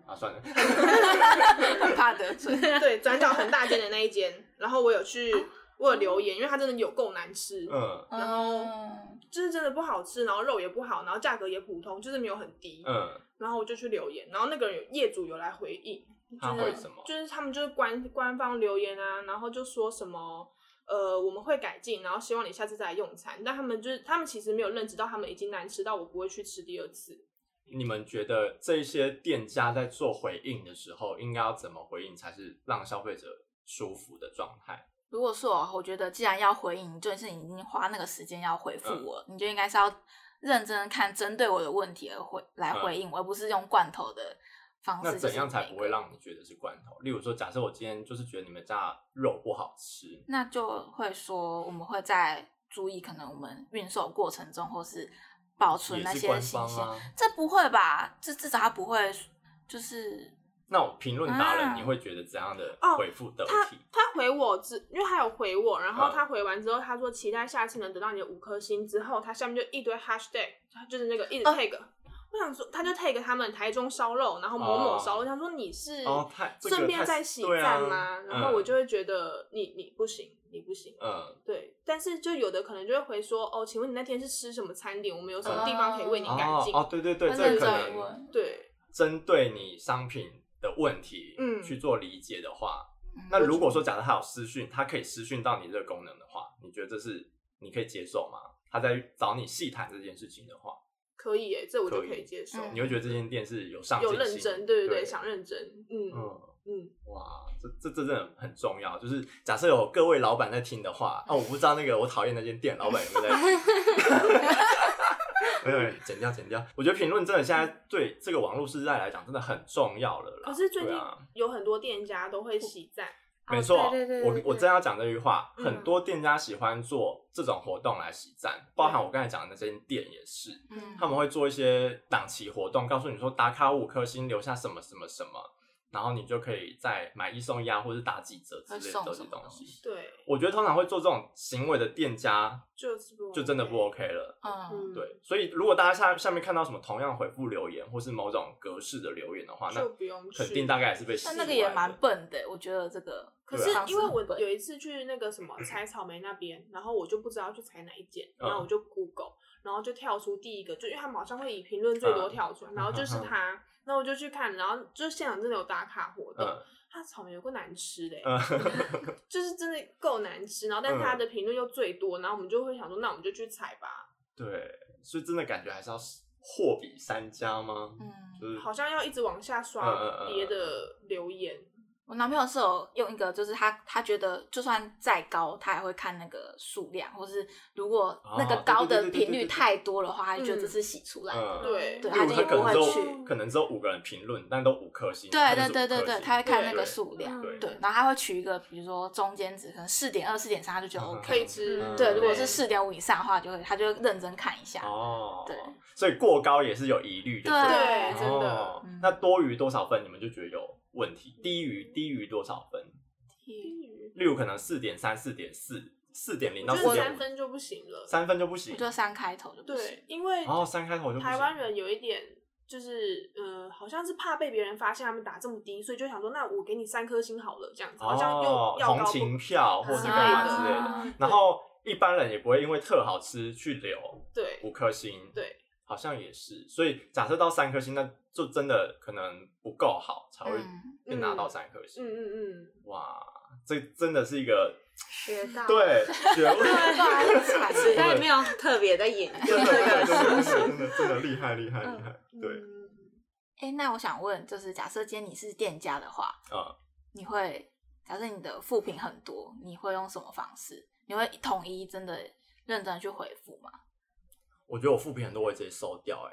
[SPEAKER 2] 啊，算了，
[SPEAKER 3] 很怕得罪。
[SPEAKER 4] 对转角很大间的那一间，然后我有去我有留言，因为它真的有够难吃，
[SPEAKER 2] 嗯
[SPEAKER 4] 然后
[SPEAKER 3] 嗯
[SPEAKER 4] 就是真的不好吃，然后肉也不好，然后价格也普通，就是没有很低，
[SPEAKER 2] 嗯，
[SPEAKER 4] 然后我就去留言，然后那个人有业主有来回应，
[SPEAKER 2] 他
[SPEAKER 4] 就是
[SPEAKER 2] 会什么？
[SPEAKER 4] 就是他们就是官官方留言啊，然后就说什么呃我们会改进，然后希望你下次再来用餐。但他们就是他们其实没有认知到他们已经难吃到我不会去吃第二次。
[SPEAKER 2] 你们觉得这些店家在做回应的时候，应该要怎么回应才是让消费者舒服的状态？
[SPEAKER 3] 如果是我，我觉得既然要回应，就是你已经花那个时间要回
[SPEAKER 2] 嗯
[SPEAKER 3] 复我，你就应该是要认真看针对我的问题而回来回应我，而不是用罐头的方
[SPEAKER 2] 嗯那
[SPEAKER 3] 式。
[SPEAKER 2] 怎样
[SPEAKER 3] 就是
[SPEAKER 2] 才不会让你觉得是罐头？例如说，假设我今天就是觉得你们家肉不好吃，
[SPEAKER 3] 那就会说我们会在注意，可能我们运售过程中或是保存
[SPEAKER 2] 也
[SPEAKER 3] 那
[SPEAKER 2] 是
[SPEAKER 3] 些
[SPEAKER 2] 官
[SPEAKER 3] 新
[SPEAKER 2] 方
[SPEAKER 3] 鲜，
[SPEAKER 2] 啊。
[SPEAKER 3] 这不会吧？这至少他不会，就是
[SPEAKER 2] 那我评论达人，
[SPEAKER 3] 啊
[SPEAKER 2] 你会觉得怎样的
[SPEAKER 4] 哦
[SPEAKER 2] 回复得
[SPEAKER 4] 他
[SPEAKER 2] 体？
[SPEAKER 4] 他回我之，因为他有回我，然后
[SPEAKER 2] 嗯
[SPEAKER 4] 他回完之后，他说期待下次能得到你的五颗星之后，他下面就一堆 hashtag，他就是那个一直
[SPEAKER 3] 哦
[SPEAKER 4] tag、我想说，他就 tag 他们台中烧肉，然后某某
[SPEAKER 2] 哦
[SPEAKER 4] 烧肉，想说你是
[SPEAKER 2] 哦，太这个
[SPEAKER 4] 顺便
[SPEAKER 2] 太
[SPEAKER 4] 再洗
[SPEAKER 2] 对
[SPEAKER 4] 赞
[SPEAKER 2] 啊
[SPEAKER 4] 吗？然后我
[SPEAKER 2] 嗯
[SPEAKER 4] 就会觉得你你不行，你不行。
[SPEAKER 2] 嗯
[SPEAKER 4] 对，但是就有的可能就会回说，哦，请问你那天是吃什么餐点？我们有什么地方可以为你改
[SPEAKER 2] 哦
[SPEAKER 4] 进？
[SPEAKER 2] 哦，对对对，
[SPEAKER 3] 他
[SPEAKER 2] 这
[SPEAKER 3] 认
[SPEAKER 2] 可
[SPEAKER 3] 真
[SPEAKER 2] 能
[SPEAKER 3] 问，
[SPEAKER 4] 对，
[SPEAKER 2] 针对你商品的问题，
[SPEAKER 4] 嗯
[SPEAKER 2] 去做理解的话，
[SPEAKER 3] 嗯
[SPEAKER 2] 那如果说假设他有私讯，他可以私讯到你这个功能的话，你觉得这是你可以接受吗？他在找你细谈这件事情的话，
[SPEAKER 4] 可以耶，这我就
[SPEAKER 2] 可以
[SPEAKER 4] 可以接受，
[SPEAKER 3] 嗯
[SPEAKER 2] 你会觉得这间店是有上进
[SPEAKER 4] 有
[SPEAKER 2] 心，
[SPEAKER 4] 认真，对
[SPEAKER 2] 对
[SPEAKER 4] 对对，想认真，嗯嗯
[SPEAKER 2] 嗯。哇，这这这真的很重要。就是假设有各位老板在听的话，啊，我不知道那个我讨厌那间店老板有没有在听。 没有，没有剪掉，剪掉。我觉得评论真的现在对这个网络时代来讲真的很重要了啦。
[SPEAKER 3] 哦
[SPEAKER 4] 可是最近
[SPEAKER 2] 对啊
[SPEAKER 4] 有很多店家都会喜赞，
[SPEAKER 2] 没错，
[SPEAKER 3] 哦对对对对
[SPEAKER 2] 我我
[SPEAKER 3] 对
[SPEAKER 2] 正要讲这句话，
[SPEAKER 4] 嗯
[SPEAKER 2] 很多店家喜欢做这种活动来洗赞，包含我刚才讲的那间店也是，
[SPEAKER 3] 嗯
[SPEAKER 2] 他们会做一些档期活动，告诉你说打卡五颗星，留下什么什么什么，然后你就可以再买一送一啊，或是打几折之类
[SPEAKER 3] 会
[SPEAKER 2] 的
[SPEAKER 3] 送
[SPEAKER 2] 这
[SPEAKER 3] 什
[SPEAKER 2] 些
[SPEAKER 3] 么
[SPEAKER 2] 东
[SPEAKER 3] 东
[SPEAKER 2] 西。
[SPEAKER 3] 西？
[SPEAKER 4] 对，
[SPEAKER 2] 我觉得通常会做这种行为的店家，
[SPEAKER 4] 就是不
[SPEAKER 2] 就真的不
[SPEAKER 4] OK
[SPEAKER 2] OK 了。
[SPEAKER 3] 嗯，
[SPEAKER 4] 嗯，
[SPEAKER 2] 对，，所以如果大家下下面看到什么同样回复留言，或是某种格式的留言的话，那
[SPEAKER 4] 就不用去
[SPEAKER 2] 肯定大概也是被洗
[SPEAKER 3] 但
[SPEAKER 2] 出
[SPEAKER 3] 那
[SPEAKER 2] 来
[SPEAKER 3] 个
[SPEAKER 2] 的
[SPEAKER 3] 也蛮笨的，我觉得这个
[SPEAKER 4] 可
[SPEAKER 2] 对
[SPEAKER 4] 是
[SPEAKER 3] 啊
[SPEAKER 4] 因为我有一次去那个什么采草莓那边，然后我就不知道去采哪一间，
[SPEAKER 2] 嗯
[SPEAKER 4] 然后我就 Google，然后就跳出第一个，就因为他们好像会以评论最多
[SPEAKER 2] 嗯
[SPEAKER 4] 跳出来，然后就是它，然后我就去看，然后就现场真的有打卡活动，
[SPEAKER 2] 嗯
[SPEAKER 4] 它草莓有够难吃的欸、
[SPEAKER 2] 嗯，
[SPEAKER 4] 就是真的够难吃，然后但是它的评论又最多，然后我们就会想说，那我们就去采吧，
[SPEAKER 2] 对，所以真的感觉还是要货比三家吗？
[SPEAKER 3] 嗯，
[SPEAKER 2] 就是
[SPEAKER 4] 好像要一直往
[SPEAKER 2] 嗯
[SPEAKER 4] 下
[SPEAKER 2] 嗯嗯
[SPEAKER 4] 刷
[SPEAKER 2] 嗯
[SPEAKER 4] 别的留言，
[SPEAKER 3] 我男朋友是有用一个，就是他他觉得就算再高，他还会看那个数量，或是如果那个
[SPEAKER 2] 哦
[SPEAKER 3] 高
[SPEAKER 2] 对对
[SPEAKER 3] 的
[SPEAKER 2] 对对
[SPEAKER 3] 频
[SPEAKER 2] 对
[SPEAKER 3] 率
[SPEAKER 2] 对
[SPEAKER 3] 太多的话，他就觉得
[SPEAKER 4] 嗯
[SPEAKER 3] 这是洗出来的。
[SPEAKER 2] 嗯
[SPEAKER 4] 对
[SPEAKER 2] 例
[SPEAKER 3] 对
[SPEAKER 2] 如
[SPEAKER 3] 他就
[SPEAKER 2] 可能
[SPEAKER 3] 不会
[SPEAKER 2] 只有
[SPEAKER 3] 去
[SPEAKER 2] 可能只有五个人评论，但都五颗星。
[SPEAKER 3] 对
[SPEAKER 2] 它
[SPEAKER 3] 对
[SPEAKER 2] 就是
[SPEAKER 3] 对对
[SPEAKER 2] 五颗
[SPEAKER 3] 对，
[SPEAKER 2] 星
[SPEAKER 3] 他会看那
[SPEAKER 4] 对
[SPEAKER 3] 个
[SPEAKER 2] 对嗯
[SPEAKER 3] 数量，
[SPEAKER 1] 嗯
[SPEAKER 2] 对
[SPEAKER 3] 对，然后他会取一个，比如说中间值，可能四点二、四点三，他就觉得
[SPEAKER 2] 嗯
[SPEAKER 3] OK。
[SPEAKER 4] 可以吃
[SPEAKER 2] 嗯。
[SPEAKER 3] 对，如果
[SPEAKER 2] 对
[SPEAKER 3] 是四点五以上的话，就会他就会认真看一下。
[SPEAKER 2] 哦，
[SPEAKER 3] 对，
[SPEAKER 2] 所以过高也是有疑虑的。
[SPEAKER 3] 对
[SPEAKER 4] 对，真的
[SPEAKER 2] 哦
[SPEAKER 3] 嗯，
[SPEAKER 2] 那多于多少分你们就觉得有问题？低于低于多少分？例如可能四点三、四点四、四点零
[SPEAKER 4] 我
[SPEAKER 2] 到
[SPEAKER 4] 觉
[SPEAKER 2] 四
[SPEAKER 4] 得
[SPEAKER 2] 点
[SPEAKER 4] 三
[SPEAKER 2] 五，
[SPEAKER 4] 分就不行了。
[SPEAKER 2] 三分就不行
[SPEAKER 3] 我。就三开头就不行。
[SPEAKER 4] 对，因为
[SPEAKER 2] 然后三开头就不
[SPEAKER 4] 台
[SPEAKER 2] 行
[SPEAKER 4] 湾人有一点就是，呃，好像是怕被别人发现他们打这么低，所以就想说，那我给你三颗星好了，这样子，好像又
[SPEAKER 2] 哦
[SPEAKER 4] 要
[SPEAKER 2] 红
[SPEAKER 4] 高
[SPEAKER 2] 情票或
[SPEAKER 4] 不
[SPEAKER 2] 是
[SPEAKER 4] 之
[SPEAKER 2] 干
[SPEAKER 4] 类
[SPEAKER 2] 嘛之类的。
[SPEAKER 3] 啊
[SPEAKER 4] 的，
[SPEAKER 2] 然后一般人也不会因为特好吃去留
[SPEAKER 4] 对
[SPEAKER 2] 五颗星。
[SPEAKER 4] 对，
[SPEAKER 2] 好像也是。所以假设到三颗星，那就真的可能不够好才会
[SPEAKER 3] 嗯
[SPEAKER 2] 被拿到三颗
[SPEAKER 4] 嗯
[SPEAKER 2] 星。
[SPEAKER 4] 嗯嗯，
[SPEAKER 2] 哇，这真的是一个
[SPEAKER 4] 学到，
[SPEAKER 2] 对 学问。
[SPEAKER 3] 对，
[SPEAKER 1] 实
[SPEAKER 3] 对
[SPEAKER 1] 在没有特别的演
[SPEAKER 2] 真
[SPEAKER 1] 绎
[SPEAKER 2] 的真的
[SPEAKER 1] 这
[SPEAKER 2] 真
[SPEAKER 1] 个
[SPEAKER 2] 的
[SPEAKER 1] 事情。
[SPEAKER 2] 真的真的厉害厉害厉害，对，
[SPEAKER 4] 嗯，
[SPEAKER 3] 哎，那我想问，就是假设今天你是店家的话，
[SPEAKER 2] 啊，
[SPEAKER 3] 你会假设你的负评很多，你会用什么方式？你会统一真的认真地去回复吗？
[SPEAKER 2] 我觉得我副评很多，我会直接收掉，哎，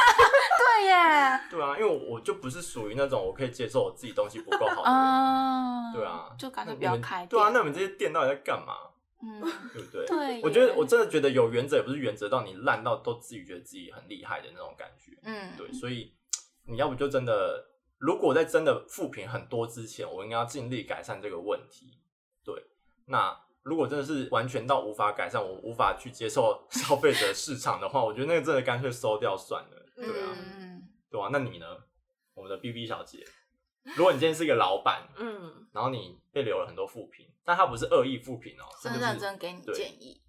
[SPEAKER 3] 对耶，
[SPEAKER 2] 对啊，因为我就不是属于那种我可以接受我自己东西不够好的人，
[SPEAKER 3] 嗯，
[SPEAKER 2] 对啊，
[SPEAKER 3] 哦就干脆不
[SPEAKER 2] 那
[SPEAKER 3] 要
[SPEAKER 2] 你们
[SPEAKER 3] 开店。
[SPEAKER 2] 对啊，那你们这些店到底在干嘛？
[SPEAKER 3] 嗯，
[SPEAKER 2] 对不对？
[SPEAKER 3] 对耶，
[SPEAKER 2] 我觉得我真的觉得有原则，也不是原则到你烂到都自己觉得自己很厉害的那种感觉。
[SPEAKER 3] 嗯，
[SPEAKER 2] 对，所以你要不就真的，如果在真的复评很多之前，我应该要尽力改善这个问题。对，那如果真的是完全到无法改善，我无法去接受 消费者市场的话，我觉得那个真的干脆收掉算了。对啊，
[SPEAKER 3] 嗯，
[SPEAKER 2] 对啊，那你呢？我们的 B B 小姐，如果你今天是一个老板，
[SPEAKER 1] 嗯，
[SPEAKER 2] 然后你被留了很多负评，但他不是恶意负评哦，
[SPEAKER 3] 真
[SPEAKER 2] 就
[SPEAKER 3] 的
[SPEAKER 2] 是
[SPEAKER 3] 认真给你
[SPEAKER 2] 对
[SPEAKER 3] 建议，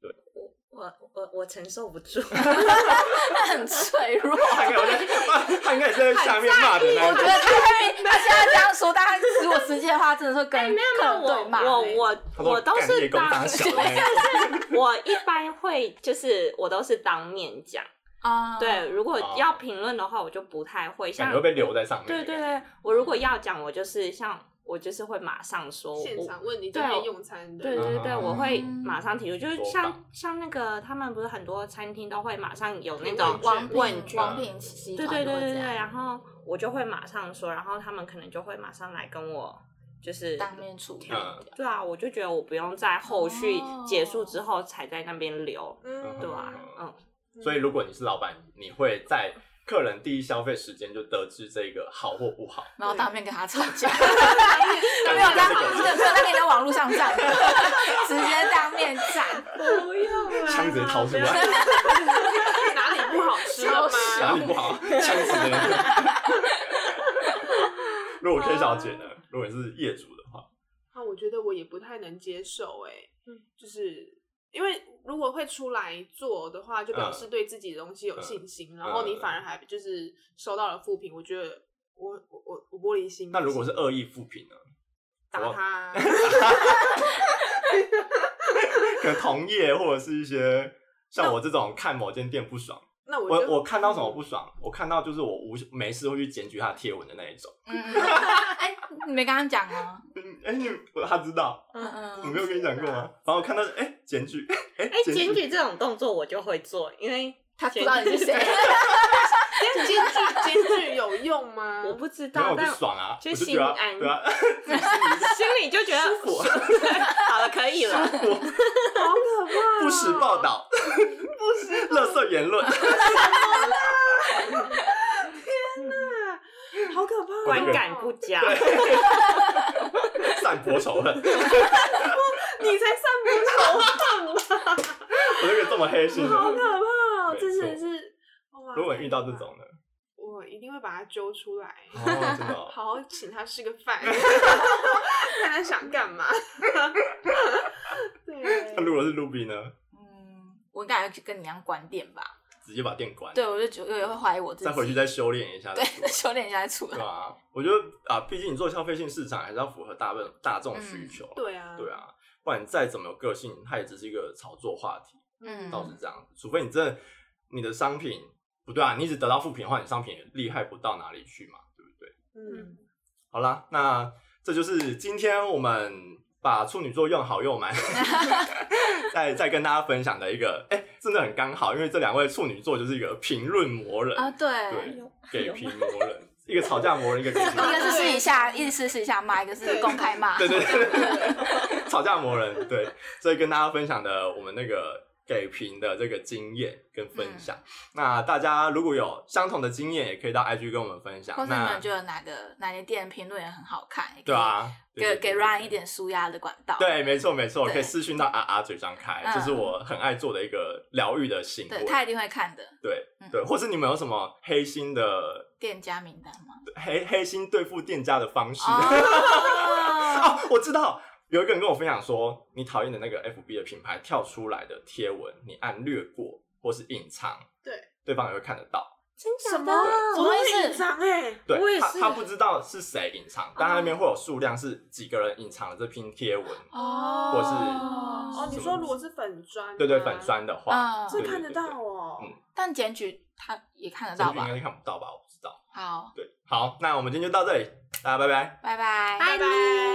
[SPEAKER 1] 我我我我承受不住。
[SPEAKER 3] 他很脆弱。啊
[SPEAKER 2] 他应该有在，他应该也是在下面骂的那
[SPEAKER 3] 我
[SPEAKER 2] 一
[SPEAKER 3] 觉
[SPEAKER 2] 种
[SPEAKER 3] 得。他会被他现在这样说，但他如果直接的话，真的是跟
[SPEAKER 1] 哎，没有没
[SPEAKER 3] 客
[SPEAKER 1] 有，
[SPEAKER 3] 人对骂。
[SPEAKER 1] 我
[SPEAKER 3] 欸
[SPEAKER 1] 我
[SPEAKER 2] 他
[SPEAKER 1] 我我都
[SPEAKER 2] 干
[SPEAKER 1] 是
[SPEAKER 2] 叶公
[SPEAKER 1] 当
[SPEAKER 2] 大，小的那一种
[SPEAKER 1] 我一般会就是我都是当面讲。
[SPEAKER 3] 啊，
[SPEAKER 1] 对，如果
[SPEAKER 2] 哦
[SPEAKER 1] 要评论的话，我就不太会
[SPEAKER 2] 感
[SPEAKER 1] 像
[SPEAKER 2] 觉会被留在上面。
[SPEAKER 1] 对对，对，我如果要讲，我就是像我就是会马上说，我
[SPEAKER 4] 现场问你这
[SPEAKER 1] 哦对
[SPEAKER 4] 边
[SPEAKER 1] 我
[SPEAKER 4] 用餐的，
[SPEAKER 1] 对对对，
[SPEAKER 2] 嗯
[SPEAKER 1] 我会马上提出，就是
[SPEAKER 2] 多
[SPEAKER 1] 像
[SPEAKER 2] 棒
[SPEAKER 1] 像那个他们不是很多餐厅都会马上有那
[SPEAKER 4] 有
[SPEAKER 1] 种
[SPEAKER 3] 王
[SPEAKER 4] 品
[SPEAKER 1] 问
[SPEAKER 3] 品
[SPEAKER 1] 卷，
[SPEAKER 3] 王品集
[SPEAKER 1] 对
[SPEAKER 3] 团
[SPEAKER 1] 对对
[SPEAKER 3] 就会
[SPEAKER 1] 对
[SPEAKER 3] 这
[SPEAKER 1] 对，
[SPEAKER 3] 样
[SPEAKER 1] 然后我就会马上说，然后他们可能就会马上来跟我就是
[SPEAKER 3] 当面处理
[SPEAKER 2] 嗯
[SPEAKER 3] 掉。
[SPEAKER 1] 对啊，我就觉得我不用在后续
[SPEAKER 3] 哦
[SPEAKER 1] 结束之后才在那边留，
[SPEAKER 4] 嗯，
[SPEAKER 1] 对啊，嗯，
[SPEAKER 2] 所以如果你是老板，你会在客人第一消费时间就得知这个好或不好。
[SPEAKER 3] 然后当面跟他吵 架，
[SPEAKER 2] 没
[SPEAKER 3] 没有在没有在你的网络上站， 直接当面 站，
[SPEAKER 1] 不啊用啦
[SPEAKER 2] 枪直接掏出来，
[SPEAKER 4] 哪里不好吃了
[SPEAKER 2] 哪
[SPEAKER 4] 吗？
[SPEAKER 2] 里不好，枪死人。如果 K 小姐呢？如果你是业主的话，
[SPEAKER 4] 那啊我觉得我也不太能接受、欸，
[SPEAKER 2] 嗯
[SPEAKER 4] 就是因为如果会出来做的话，就表
[SPEAKER 2] 嗯
[SPEAKER 4] 示对自己的东西有信心，然后你反而还就是收到了负评，我觉得我我我我玻璃心。
[SPEAKER 2] 那如果是恶意复评呢？
[SPEAKER 4] 打 他，
[SPEAKER 2] 可能同业或者是一些像我这种看某间店不爽，
[SPEAKER 4] 那我
[SPEAKER 2] 我
[SPEAKER 4] 就嗯
[SPEAKER 2] 我看到什 么不爽，我看到就是我无没事会去检举他的贴文的那一种。
[SPEAKER 3] 嗯，哎，你没跟他讲哦，
[SPEAKER 2] 嗯，哎、你我他知道，
[SPEAKER 3] 嗯
[SPEAKER 2] 我
[SPEAKER 3] 嗯，
[SPEAKER 2] 没有跟你讲过吗？然后看到哎、检举，哎、
[SPEAKER 1] 哎，
[SPEAKER 2] 检
[SPEAKER 1] 检举这种动作我就会做，因为
[SPEAKER 3] 他不知道你是谁，
[SPEAKER 4] 监监剧监剧有用吗？
[SPEAKER 1] 我不知
[SPEAKER 2] 嗯没有
[SPEAKER 1] 道，
[SPEAKER 2] 我就
[SPEAKER 1] 但
[SPEAKER 2] 爽啊，
[SPEAKER 1] 就
[SPEAKER 2] 我就
[SPEAKER 1] 心
[SPEAKER 2] 觉得
[SPEAKER 1] 安
[SPEAKER 2] 对啊，
[SPEAKER 1] 心里就觉得 好了，可以了。
[SPEAKER 4] 好可 怕、
[SPEAKER 2] 不实报，道，不实，垃圾言论，
[SPEAKER 4] 啊好可怕、
[SPEAKER 1] 观感不，佳，
[SPEAKER 2] 散播仇恨，
[SPEAKER 4] 你才散播仇恨，
[SPEAKER 2] 我就觉得这么黑心的。
[SPEAKER 4] 好可怕、哦，
[SPEAKER 2] 没
[SPEAKER 4] 这
[SPEAKER 2] 错
[SPEAKER 4] 真的是。哇
[SPEAKER 2] 如果你遇到这，种呢？
[SPEAKER 4] 我一定会会把他揪出来，
[SPEAKER 2] 哦，真的哦、
[SPEAKER 4] 好好请他吃个 饭，看他想干嘛。
[SPEAKER 2] 那
[SPEAKER 4] 对，
[SPEAKER 2] 如果是露比呢？
[SPEAKER 3] 嗯，我感觉跟你一样观点吧。
[SPEAKER 2] 直接把店关，
[SPEAKER 3] 对，我就觉得也会怀疑我自己。
[SPEAKER 2] 再回去再修炼一下再
[SPEAKER 3] 对
[SPEAKER 2] 说，
[SPEAKER 3] 修炼一下再出
[SPEAKER 2] 对
[SPEAKER 3] 来。
[SPEAKER 2] 吧？我觉得啊，毕竟你做消费性市场，还是要符合大众大众需求。
[SPEAKER 4] 对啊，
[SPEAKER 2] 对啊，不然你再怎么有个性，它也只是一个炒作话题，
[SPEAKER 3] 嗯
[SPEAKER 2] 倒是这样子。除非你真的你的商品不对啊，你一直得到负评的话，你商品也厉害不到哪里去嘛，对不对？
[SPEAKER 4] 嗯，
[SPEAKER 2] 好啦，那这就是今天我们把处女座用好用 满，再再跟大家分享的一个，哎、真的很刚好，因为这两位处女座就是一个评论魔人，
[SPEAKER 3] 啊，对，
[SPEAKER 2] 对，给评魔人，一个吵架魔人，一个给评
[SPEAKER 3] 一
[SPEAKER 2] 魔
[SPEAKER 3] 个
[SPEAKER 2] 人，
[SPEAKER 3] 是私底下，一个是私底下骂，一个是
[SPEAKER 4] 对
[SPEAKER 3] 公开 骂。
[SPEAKER 2] 对对对对， 吵架魔人，对，所以跟大家分享的我们那个。给评的这个经验跟分
[SPEAKER 3] 嗯
[SPEAKER 2] 享，那大家如果有相同的经验，也可以到 IG 跟我们分享。
[SPEAKER 3] 或是你
[SPEAKER 2] 那
[SPEAKER 3] 们觉得哪个哪间店评论也很好看，也可以
[SPEAKER 2] 对啊，对
[SPEAKER 3] 给
[SPEAKER 2] 对
[SPEAKER 3] 给
[SPEAKER 2] 对
[SPEAKER 3] Ryan 一点舒压的管道。
[SPEAKER 2] 对，没错没错，
[SPEAKER 3] 对
[SPEAKER 2] 可以私讯到啊啊嘴张开，
[SPEAKER 3] 嗯
[SPEAKER 2] 这是我很爱做的一个疗愈的行
[SPEAKER 3] 对，
[SPEAKER 2] 为。
[SPEAKER 3] 他一定会看的。
[SPEAKER 2] 对
[SPEAKER 3] 嗯
[SPEAKER 2] 对，或是你们有什么黑心的
[SPEAKER 3] 店家名单吗？
[SPEAKER 2] 黑黑心对付店家的方式？
[SPEAKER 3] 哦，
[SPEAKER 2] 啊，我知道，有一个人跟我分享说，你讨厌的那个 FB 的品牌跳出来的贴文，你按略过或是隐藏，
[SPEAKER 4] 对，
[SPEAKER 2] 对方也会看得到。
[SPEAKER 1] 真
[SPEAKER 4] 什
[SPEAKER 1] 假
[SPEAKER 4] 么
[SPEAKER 1] 的？
[SPEAKER 3] 什么意
[SPEAKER 4] 隐
[SPEAKER 3] 思？
[SPEAKER 4] 藏哎，
[SPEAKER 2] 对
[SPEAKER 1] 我也
[SPEAKER 2] 他，
[SPEAKER 1] 是
[SPEAKER 2] 他不知道是谁隐藏，但他那
[SPEAKER 3] 哦
[SPEAKER 2] 边会有数量是几个人隐藏了这篇贴文。
[SPEAKER 3] 哦
[SPEAKER 2] 或是
[SPEAKER 4] 哦，你说如果是粉砖，
[SPEAKER 2] 对对，粉，砖的话
[SPEAKER 3] 嗯，
[SPEAKER 4] 这
[SPEAKER 2] 对
[SPEAKER 4] 看得。
[SPEAKER 2] 对对
[SPEAKER 4] 到哦。
[SPEAKER 2] 嗯
[SPEAKER 3] 但检举他也看得
[SPEAKER 2] 对
[SPEAKER 3] 到
[SPEAKER 2] 这个应
[SPEAKER 3] 吧
[SPEAKER 2] 该？是看不到吧？我不知道。
[SPEAKER 3] 好，
[SPEAKER 2] 对，好，那我们今天就到这里，大家拜拜。
[SPEAKER 3] 拜拜，
[SPEAKER 4] 拜拜。